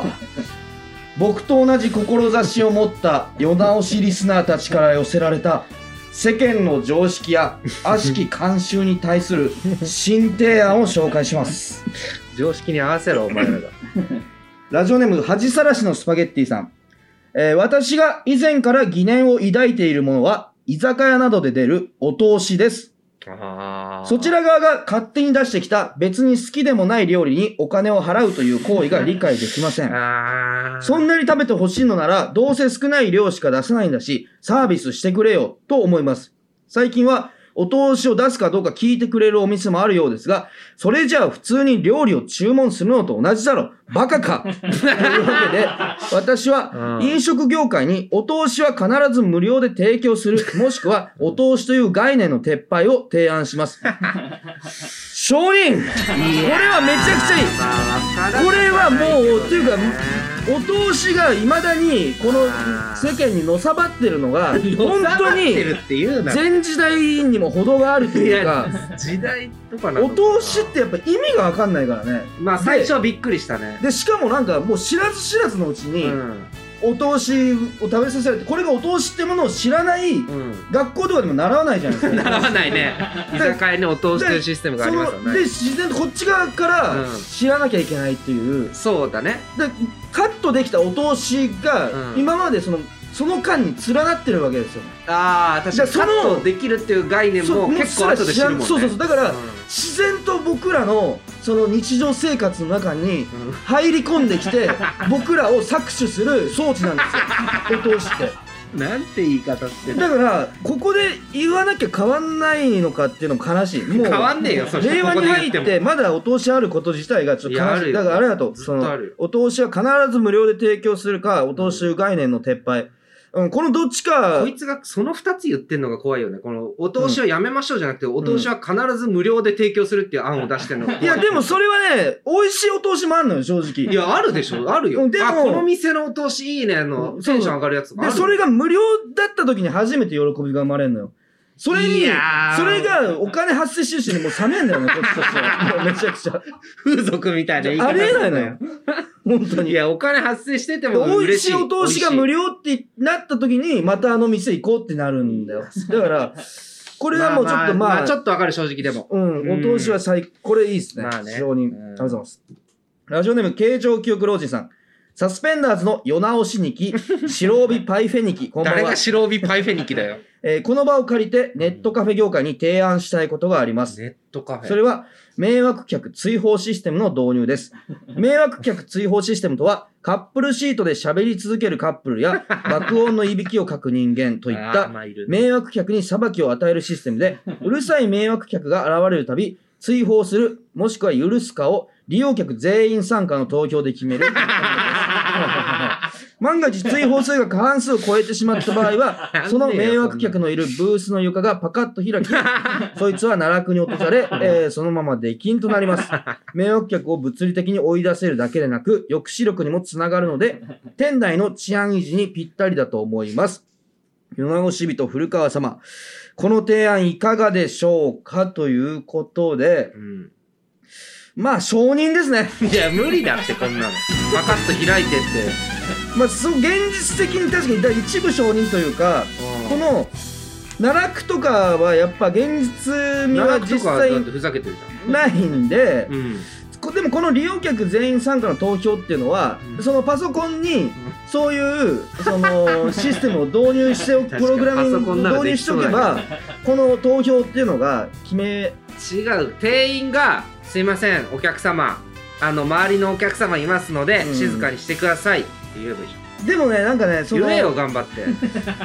[SPEAKER 2] 僕と同じ志を持った世直しリスナーたちから寄せられた、世間の常識や悪しき慣習に対する新提案を紹介します。
[SPEAKER 1] 常識に合わせろ、お前らが。
[SPEAKER 2] ラジオネーム、恥さらしのスパゲッティさん。えー私が以前から疑念を抱いているものは、居酒屋などで出るお通しです。
[SPEAKER 1] あー
[SPEAKER 2] そちら側が勝手に出してきた別に好きでもない料理にお金を払うという行為が理解できません。
[SPEAKER 1] あー
[SPEAKER 2] そんなに食べてほしいのなら、どうせ少ない量しか出さないんだし、サービスしてくれよ、と思います。最近は、お通しを出すかどうか聞いてくれるお店もあるようですが、それじゃあ普通に料理を注文するのと同じだろ。バカ か。というわけで、私は
[SPEAKER 1] うん
[SPEAKER 2] 飲食業界にお通しは必ず無料で提供する、もしくはお通しという概念の撤廃を提案し ます。承認これはめちゃくちゃいい
[SPEAKER 1] まあわからん
[SPEAKER 2] これはもう、っていうか、お通しが未だにこの世間にのさばってるの が、本当
[SPEAKER 1] 黙って
[SPEAKER 2] に
[SPEAKER 1] るっていうな。
[SPEAKER 2] 全時代にも程があると
[SPEAKER 1] い
[SPEAKER 2] いうか、
[SPEAKER 1] や、時代とかなの
[SPEAKER 2] お
[SPEAKER 1] かな
[SPEAKER 2] 通しってやっぱ意味がわかんないからね。
[SPEAKER 1] まあ最初はびっくりしたね。
[SPEAKER 2] で、しかもなんかもう知らず知らずのうち
[SPEAKER 1] う
[SPEAKER 2] に、
[SPEAKER 1] ん。
[SPEAKER 2] お通しを食べさせられてこれがお通しってものを知らない
[SPEAKER 1] うん。
[SPEAKER 2] 学校とかでも習わないじゃないですか
[SPEAKER 1] 習わ ないね。居酒屋にお通しというシステムがありますよ
[SPEAKER 2] そので
[SPEAKER 1] ね。
[SPEAKER 2] 自然とこっち側から
[SPEAKER 1] うん
[SPEAKER 2] 知らなきゃいけないっていう、で
[SPEAKER 1] そうだね。
[SPEAKER 2] カットできたお通しが
[SPEAKER 1] うん
[SPEAKER 2] 今までそのその間に連なってるわけですよ、
[SPEAKER 1] ああ、確かに
[SPEAKER 2] じゃ
[SPEAKER 1] カ
[SPEAKER 2] あその
[SPEAKER 1] ットできるっていう概念
[SPEAKER 2] そう
[SPEAKER 1] も
[SPEAKER 2] もう
[SPEAKER 1] 結構後で知るもんね。
[SPEAKER 2] そうそうそうだから、
[SPEAKER 1] うん
[SPEAKER 2] 自然と僕らのその日常生活の中に
[SPEAKER 1] うん
[SPEAKER 2] 入り込んでき て僕らを搾取する装置なんですよお通しって。
[SPEAKER 1] なんて言い方してる
[SPEAKER 2] だからここで言わなきゃ変わんないのかっていうのも悲しいもう
[SPEAKER 1] 変わんねえよ、そして
[SPEAKER 2] 令和に入っ
[SPEAKER 1] ここで
[SPEAKER 2] てまだお通しあること自体がちょっと
[SPEAKER 1] いやあ
[SPEAKER 2] 悲し
[SPEAKER 1] る
[SPEAKER 2] い
[SPEAKER 1] よ
[SPEAKER 2] だからあれだと
[SPEAKER 1] ずっ
[SPEAKER 2] そ
[SPEAKER 1] とあ
[SPEAKER 2] の
[SPEAKER 1] るよ
[SPEAKER 2] お通しは必ず無料で提供するかお通しという概念の撤廃、うん、このどっちか
[SPEAKER 1] こいつがその2つ言ってんのが怖いよね。このお通しはやめましょうじゃなくて、お通しは必ず無料で提供するっていう案を出してんのが
[SPEAKER 2] い
[SPEAKER 1] 怖
[SPEAKER 2] や
[SPEAKER 1] い。
[SPEAKER 2] でもそれはね美味しいお通しもあるのよ正直
[SPEAKER 1] いや、あるでしょ、あるよ。
[SPEAKER 2] でも
[SPEAKER 1] あ、この店のお通しいいねの、
[SPEAKER 2] うん
[SPEAKER 1] テンション上がるやつもあ
[SPEAKER 2] で
[SPEAKER 1] る。
[SPEAKER 2] それが無料だった時に初めて喜びが生まれるのよそれに
[SPEAKER 1] いや、ー
[SPEAKER 2] それがお金発生収支にもう冷めんだよ ね、こっちとして は。もうめちゃくちゃ。
[SPEAKER 1] 風俗みたいな言い方
[SPEAKER 2] ありえないの
[SPEAKER 1] すん
[SPEAKER 2] よ。本当
[SPEAKER 1] い
[SPEAKER 2] に。
[SPEAKER 1] や、お金発生してても
[SPEAKER 2] 美味
[SPEAKER 1] 嬉
[SPEAKER 2] し
[SPEAKER 1] しい。
[SPEAKER 2] いお通しが無
[SPEAKER 1] 理。
[SPEAKER 2] 料ってなった時に、またあの店行こうってなるんだよ。だから、こ
[SPEAKER 1] こ
[SPEAKER 2] れはもうちょっとまあ
[SPEAKER 1] ち、ょっとわかる、正直でも。
[SPEAKER 2] うん、お通しは最、これいいですね。
[SPEAKER 1] まあね
[SPEAKER 2] 非常に。あ
[SPEAKER 1] う
[SPEAKER 2] り
[SPEAKER 1] ん
[SPEAKER 2] がとうございます。ラジオネーム、形状記憶老人さん。サスペンダーズの夜直しに き、白帯パイフェニキ、こんばん
[SPEAKER 1] 誰
[SPEAKER 2] は
[SPEAKER 1] が。白帯パイフェニキだよ。
[SPEAKER 2] えーこの場を借りて、ネットカフェ業界に提案したいことがあります。
[SPEAKER 1] ネットカフェ。
[SPEAKER 2] それは、迷惑客追放システムの導入 です。迷惑客追放システムとは、カップルシートで喋り続けるカップル や、爆音のいびきをかく人間といっ
[SPEAKER 1] あー
[SPEAKER 2] た
[SPEAKER 1] まあいるね
[SPEAKER 2] 迷惑客に裁きを与えるシステムで、うるさい迷惑客が現れるたび、追放する、もしくは許すかを利用客全員参加の投票で決 める。万が一追放数が過半数を超えてしまった場合は、その迷惑客のいるブースの床がパカッと開き、そいつは奈落に落とされ、えーそのまま出禁となります。迷惑客を物理的に追い出せるだけでなく、抑止力にもつながるので、店内の治安維持にぴったりだと思います。世直し人古川様、この提案いかがでしょうかと いうことで、
[SPEAKER 1] うん。
[SPEAKER 2] まあ承認ですね。
[SPEAKER 1] いや、無理だって、こんなの。パカッと開いてって。
[SPEAKER 2] まあそう現実的に確かに一部承認というか、この奈落とかはやっぱ現実味は
[SPEAKER 1] 奈
[SPEAKER 2] 実
[SPEAKER 1] 落とか
[SPEAKER 2] 際
[SPEAKER 1] だってふざけてるじゃ
[SPEAKER 2] ないんで
[SPEAKER 1] ん。、うん。
[SPEAKER 2] こでもこの利用客全員参加の投票っていうのは、
[SPEAKER 1] うん
[SPEAKER 2] そのパソコンにそういうそ のシステムを導入しておく
[SPEAKER 1] 確かに
[SPEAKER 2] プログラミン
[SPEAKER 1] パソコ
[SPEAKER 2] グ
[SPEAKER 1] ンな
[SPEAKER 2] 導
[SPEAKER 1] らで
[SPEAKER 2] 入
[SPEAKER 1] き
[SPEAKER 2] して
[SPEAKER 1] そ
[SPEAKER 2] お
[SPEAKER 1] う
[SPEAKER 2] け
[SPEAKER 1] だけど
[SPEAKER 2] ばこの投票っていうのが決め
[SPEAKER 1] 違う店員が「すいませんお客様あの周りのお客様いますので、
[SPEAKER 2] うん
[SPEAKER 1] 静かにしてください」って言えばいい
[SPEAKER 2] でもねなんかねその
[SPEAKER 1] 言えよ
[SPEAKER 2] 店
[SPEAKER 1] 頑張って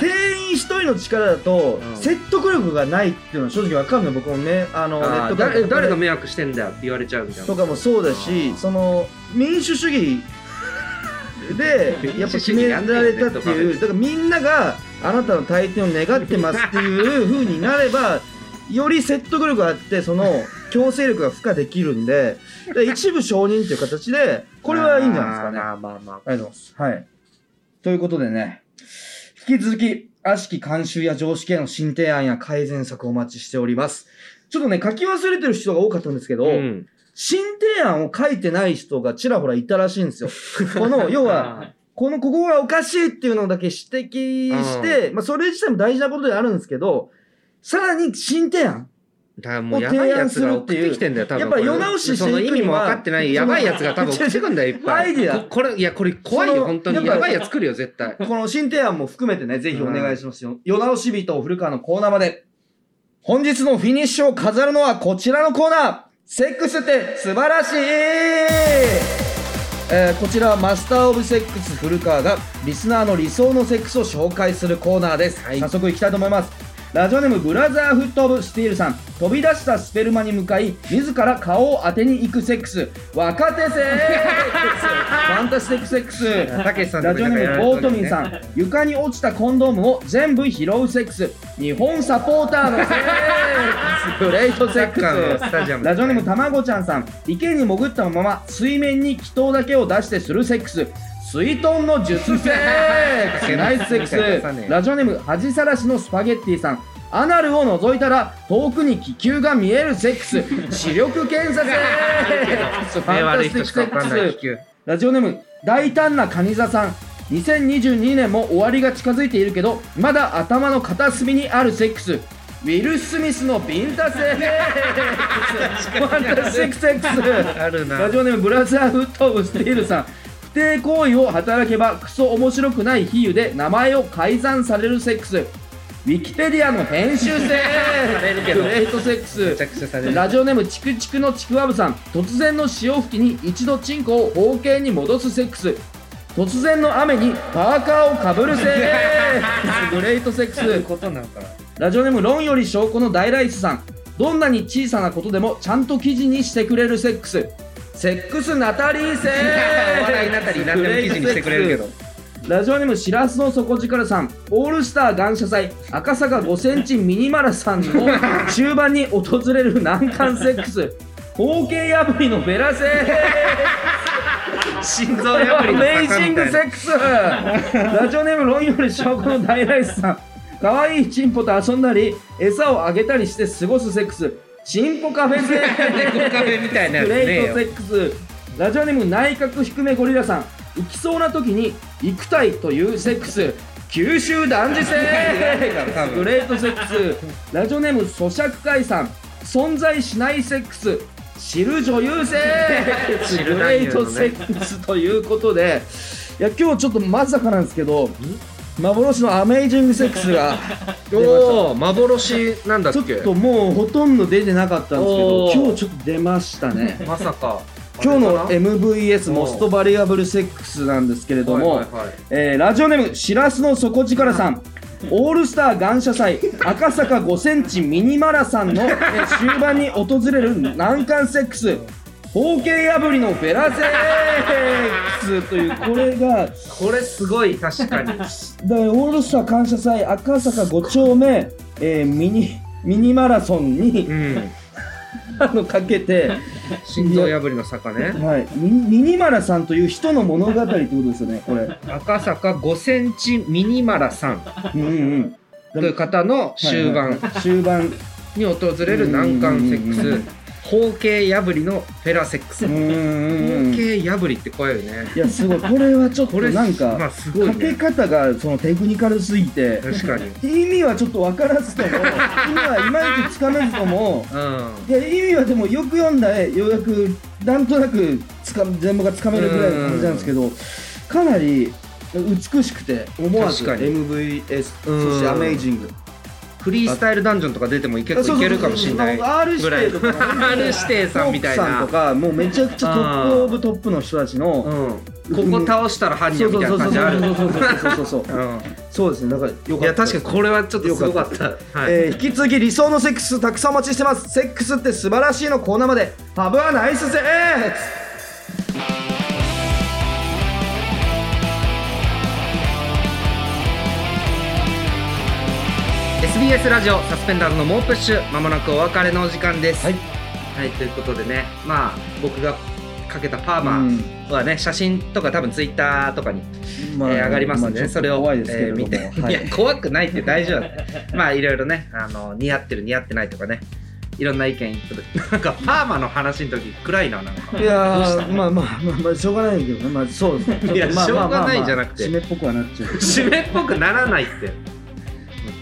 [SPEAKER 2] 員一人の力だと
[SPEAKER 1] うん
[SPEAKER 2] 説得力がないっていうのは正直わかんない僕もねあのネ
[SPEAKER 1] あ
[SPEAKER 2] ッ
[SPEAKER 1] ー
[SPEAKER 2] トカフ
[SPEAKER 1] 誰
[SPEAKER 2] ェ
[SPEAKER 1] 誰が迷惑してんだよって言われちゃうみたい
[SPEAKER 2] と
[SPEAKER 1] な
[SPEAKER 2] かもそうだ
[SPEAKER 1] あ
[SPEAKER 2] し
[SPEAKER 1] ー
[SPEAKER 2] その民主主義でやっぱ決められたっていうだからみんながあなたの体験を願ってますっていう風になればより説得力があってその強制力が付加できるんでで一部承認っていう形でこれはいいんじゃないですかね。
[SPEAKER 1] まあまあまあまあ
[SPEAKER 2] ありがとうございます。はい。ということでね、引き続き、悪しき慣習や常識への新提案や改善策をお待ちしております。ちょっとね、書き忘れてる人が多かったんですけど、
[SPEAKER 1] うん
[SPEAKER 2] 新提案を書いてない人がちらほらいたらしいんですよ。この、要は、
[SPEAKER 1] あ
[SPEAKER 2] この、ここがおかしいっていうのだけ指摘して、まあ、それ自体も大事なことであるんですけど、さらに新提案。
[SPEAKER 1] ーだからもうやばいやつが送ってきてんだよ多分
[SPEAKER 2] やっぱ
[SPEAKER 1] これ
[SPEAKER 2] 世直ししていく
[SPEAKER 1] そ
[SPEAKER 2] には
[SPEAKER 1] の意味も分かってないやばいやつ が多分
[SPEAKER 2] そ
[SPEAKER 1] 送
[SPEAKER 2] の
[SPEAKER 1] ってくんだよいっぱい
[SPEAKER 2] アイディア
[SPEAKER 1] ここれいやこれ怖い
[SPEAKER 2] そ
[SPEAKER 1] よ
[SPEAKER 2] の
[SPEAKER 1] 本当に
[SPEAKER 2] やっ
[SPEAKER 1] や
[SPEAKER 2] ぱ
[SPEAKER 1] ばいやつ来るよ絶対
[SPEAKER 2] この新提案も含めてね、ぜひお願いしますよ。世直し人古川のコーナーまで。本日のフィニッシュを飾るのはこちらのコーナー。セックスって素晴らしい、えーこちらはマスターオブセックス古川がリスナーの理想のセックスを紹介するコーナーです。
[SPEAKER 1] はい
[SPEAKER 2] 早速いきたいと思います。ラジオネームブラザーフットオブスティールさん飛び出したスペルマに向かい自ら顔を当てに行くセックス若手セックスファンタスティックセック ス
[SPEAKER 1] たけしさんと
[SPEAKER 2] ラ
[SPEAKER 1] か
[SPEAKER 2] ジオ
[SPEAKER 1] なんか
[SPEAKER 2] ネ
[SPEAKER 1] やら
[SPEAKER 2] ー
[SPEAKER 1] れ
[SPEAKER 2] ム
[SPEAKER 1] そう
[SPEAKER 2] ボー
[SPEAKER 1] だよ
[SPEAKER 2] ト
[SPEAKER 1] ね
[SPEAKER 2] ミンさん、床に落ちたコンドームを全部拾うセックス日本サポーターのセックス グレートセック
[SPEAKER 1] サッカーの
[SPEAKER 2] ス
[SPEAKER 1] スタジアム
[SPEAKER 2] ラジオネームたまごちゃんさん池に潜ったまま水面に気筒だけを出してするセックス水遁の術セックスナイスセックスラジオネーム恥さらしのスパゲッティさんアナルを覗いたら遠くに気球が見えるセックス視力検査セックスファン
[SPEAKER 1] 目
[SPEAKER 2] タ
[SPEAKER 1] 悪い
[SPEAKER 2] スティ
[SPEAKER 1] 人
[SPEAKER 2] ックセッ
[SPEAKER 1] しか分かん
[SPEAKER 2] ク
[SPEAKER 1] ない
[SPEAKER 2] ス
[SPEAKER 1] 気球
[SPEAKER 2] ラジオネーム大胆なカニ座さん2022年も終わりが近づいているけどまだ頭の片隅にあるセックスウィル・スミスのビンタセックスファンタスティックセックス
[SPEAKER 1] あるな
[SPEAKER 2] ラジオネームブラザーフット・オブ・スティールさん不定行為を働けばクソ面白くない比喩で名前を改ざんされるセックスウィキペディアの編集 性
[SPEAKER 1] れるけ
[SPEAKER 2] グ
[SPEAKER 1] ど
[SPEAKER 2] レートセックス
[SPEAKER 1] めちゃくちゃされる
[SPEAKER 2] ラジオネームチクチクのちくわぶさん突然の潮吹きに一度チンコを方形に戻すセックス突然の雨にパーカーをかぶるセック スグレートセック
[SPEAKER 1] そういう
[SPEAKER 2] ス
[SPEAKER 1] ことなのかな
[SPEAKER 2] ラジオネーム論より証拠の大ライスさんどんなに小さなことでもちゃんと記事にしてくれるセックスセックスナタリーセックス
[SPEAKER 1] 笑いナタリー何でも記事にしてくれるけど
[SPEAKER 2] ラジオネームしらすの底力さんオールスター感謝祭赤坂5センチミニマラさんの終盤に訪れる難関セックス包茎破りのベラセ
[SPEAKER 1] 心臓
[SPEAKER 2] これ
[SPEAKER 1] 破
[SPEAKER 2] は
[SPEAKER 1] り
[SPEAKER 2] ア
[SPEAKER 1] の
[SPEAKER 2] メイ
[SPEAKER 1] 坂
[SPEAKER 2] ジン
[SPEAKER 1] み
[SPEAKER 2] グ
[SPEAKER 1] た
[SPEAKER 2] セ
[SPEAKER 1] いな
[SPEAKER 2] ックスラジオネーム論より証拠の大ライスさん可愛いチンポと遊んだり、餌をあげたりして過ごすセックス、チンポカフェセック
[SPEAKER 1] 猫カフェみたいな
[SPEAKER 2] ス、
[SPEAKER 1] やつ
[SPEAKER 2] グ
[SPEAKER 1] ねえ
[SPEAKER 2] レート
[SPEAKER 1] よ
[SPEAKER 2] セックス、ラジオネーム内角低めゴリラさん、行きそうな時に、行くたいというセックス、九州男児セック
[SPEAKER 1] 多
[SPEAKER 2] ス、
[SPEAKER 1] 分
[SPEAKER 2] グレートセックス、ラジオネーム咀嚼会さん、存在しないセックス、知る女優セックス、
[SPEAKER 1] 知
[SPEAKER 2] グ
[SPEAKER 1] る
[SPEAKER 2] レ
[SPEAKER 1] 男優
[SPEAKER 2] ー
[SPEAKER 1] のね
[SPEAKER 2] トセックスということで、いや今日ちょっとまさかなんですけど幻のアメイジングセックス が
[SPEAKER 1] おお幻なんだっ
[SPEAKER 2] ちょっ
[SPEAKER 1] け
[SPEAKER 2] ともうほとんど出てなかったんですけ
[SPEAKER 1] お
[SPEAKER 2] ど
[SPEAKER 1] ー
[SPEAKER 2] 今日ちょっと出ましたね
[SPEAKER 1] まさか
[SPEAKER 2] 今日の
[SPEAKER 1] あれか
[SPEAKER 2] MVS
[SPEAKER 1] おー
[SPEAKER 2] モストバリアブルセックスなんですけれど
[SPEAKER 1] な
[SPEAKER 2] も、
[SPEAKER 1] はいはいはい
[SPEAKER 2] えーラジオネームしらすの底力さんオールスター感謝祭赤坂5センチミニマラソンの、えー終盤に訪れる難関セックス包茎破りのベラセックスというこれが
[SPEAKER 1] これすごい確かに
[SPEAKER 2] だからオールスター感謝祭赤坂5丁目、えーミニミニマラソンに、
[SPEAKER 1] うん
[SPEAKER 2] あのかけて、
[SPEAKER 1] 心臓破りの坂ね
[SPEAKER 2] はい、ミニミニマラさんという人の物語ってことですよねこれ。
[SPEAKER 1] 赤坂5センチミニマラさん
[SPEAKER 2] うんうん
[SPEAKER 1] という方の
[SPEAKER 2] は
[SPEAKER 1] 終
[SPEAKER 2] い
[SPEAKER 1] 盤
[SPEAKER 2] はい終盤
[SPEAKER 1] に訪れる難関セック
[SPEAKER 2] うん
[SPEAKER 1] ス包茎破りのフェラセックス
[SPEAKER 2] う
[SPEAKER 1] 包
[SPEAKER 2] ん うんうんい
[SPEAKER 1] 茎破りって怖いよね
[SPEAKER 2] やすごいこれはちょっと
[SPEAKER 1] これ
[SPEAKER 2] なんか、
[SPEAKER 1] まあすごい
[SPEAKER 2] かけ
[SPEAKER 1] ね
[SPEAKER 2] 方がそのテクニカルすぎて
[SPEAKER 1] 確かにうん
[SPEAKER 2] 意味はちょっと分からずとも意味はいまいちつかめずともいや意味はでもよく読んだらようやくなんとなくつか全部がつかめるぐらいの感じなんですけどかなり美しくて思わず
[SPEAKER 1] 確かに
[SPEAKER 2] MVS
[SPEAKER 1] うん
[SPEAKER 2] そしてアメイジング
[SPEAKER 1] フリースタイルダンジョンとか出ても結構いけるかもしれない
[SPEAKER 2] そうそうそう
[SPEAKER 1] ぐらい
[SPEAKER 2] そう R 指定とか
[SPEAKER 1] R 指定さんみたい
[SPEAKER 2] さん
[SPEAKER 1] な
[SPEAKER 2] とかもうめちゃくちゃトップオブトップの人たち
[SPEAKER 1] う
[SPEAKER 2] の
[SPEAKER 1] んここ倒したら犯
[SPEAKER 2] そ
[SPEAKER 1] 人
[SPEAKER 2] うそ
[SPEAKER 1] み
[SPEAKER 2] う
[SPEAKER 1] た
[SPEAKER 2] そうそ
[SPEAKER 1] いな感
[SPEAKER 2] う
[SPEAKER 1] じある
[SPEAKER 2] そうそうそうそうそう
[SPEAKER 1] う
[SPEAKER 2] そうですねだからよかっ
[SPEAKER 1] ん
[SPEAKER 2] た
[SPEAKER 1] いや確かにこれはちょっとすごかった
[SPEAKER 2] よ
[SPEAKER 1] はい
[SPEAKER 2] えー引き続き理想のセックスたくさんお待ちしてますセックスって素晴らしいのコーナーまでハブはナイスセックス
[SPEAKER 1] えー SBS ラジオサスペンダーズの猛プッシュまもなくお別れのお時間です
[SPEAKER 2] はい、
[SPEAKER 1] はいということでねまあ僕がかけたパー
[SPEAKER 2] うん
[SPEAKER 1] マはね、写真とか多分ツイッターとかに、
[SPEAKER 2] まあ
[SPEAKER 1] えー上がりますんでね、
[SPEAKER 2] まあ
[SPEAKER 1] それを
[SPEAKER 2] 怖いですけれども
[SPEAKER 1] えー見て、
[SPEAKER 2] はい
[SPEAKER 1] い、や怖くないって大丈夫 だねまあいろいろねあの似合ってる似合ってないとかねいろんな意見いただなんかパーマの話の時暗いななんか
[SPEAKER 2] いやーまあまあまあまあしょうがないけどねまあそうですね
[SPEAKER 1] いや
[SPEAKER 2] ちょっとまあ
[SPEAKER 1] しょうがないじゃなくて
[SPEAKER 2] まあまあまあ締めっぽくはなっちゃう
[SPEAKER 1] 締めっぽくならないって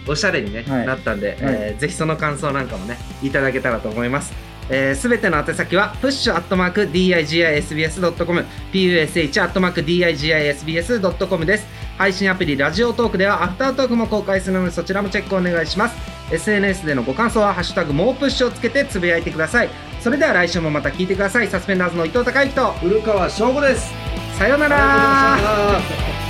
[SPEAKER 1] おしゃれに、ね
[SPEAKER 2] はい
[SPEAKER 1] なったんで、えーぜひその感想なんかもねいただけたらと思いますすべ、えー全ての宛先は push.digisbs.com push.digisbs.com です配信アプリラジオトークではアフタートークも公開するのでそちらもチェックお願いします SNS でのご感想は「ハッシュタグもうプッシュ」をつけてつぶやいてくださいそれでは来週もまた聞いてくださいサスペンダーズの伊藤孝之と
[SPEAKER 2] 古川翔吾です
[SPEAKER 1] さような
[SPEAKER 2] ありがとうござい
[SPEAKER 1] ら
[SPEAKER 2] ました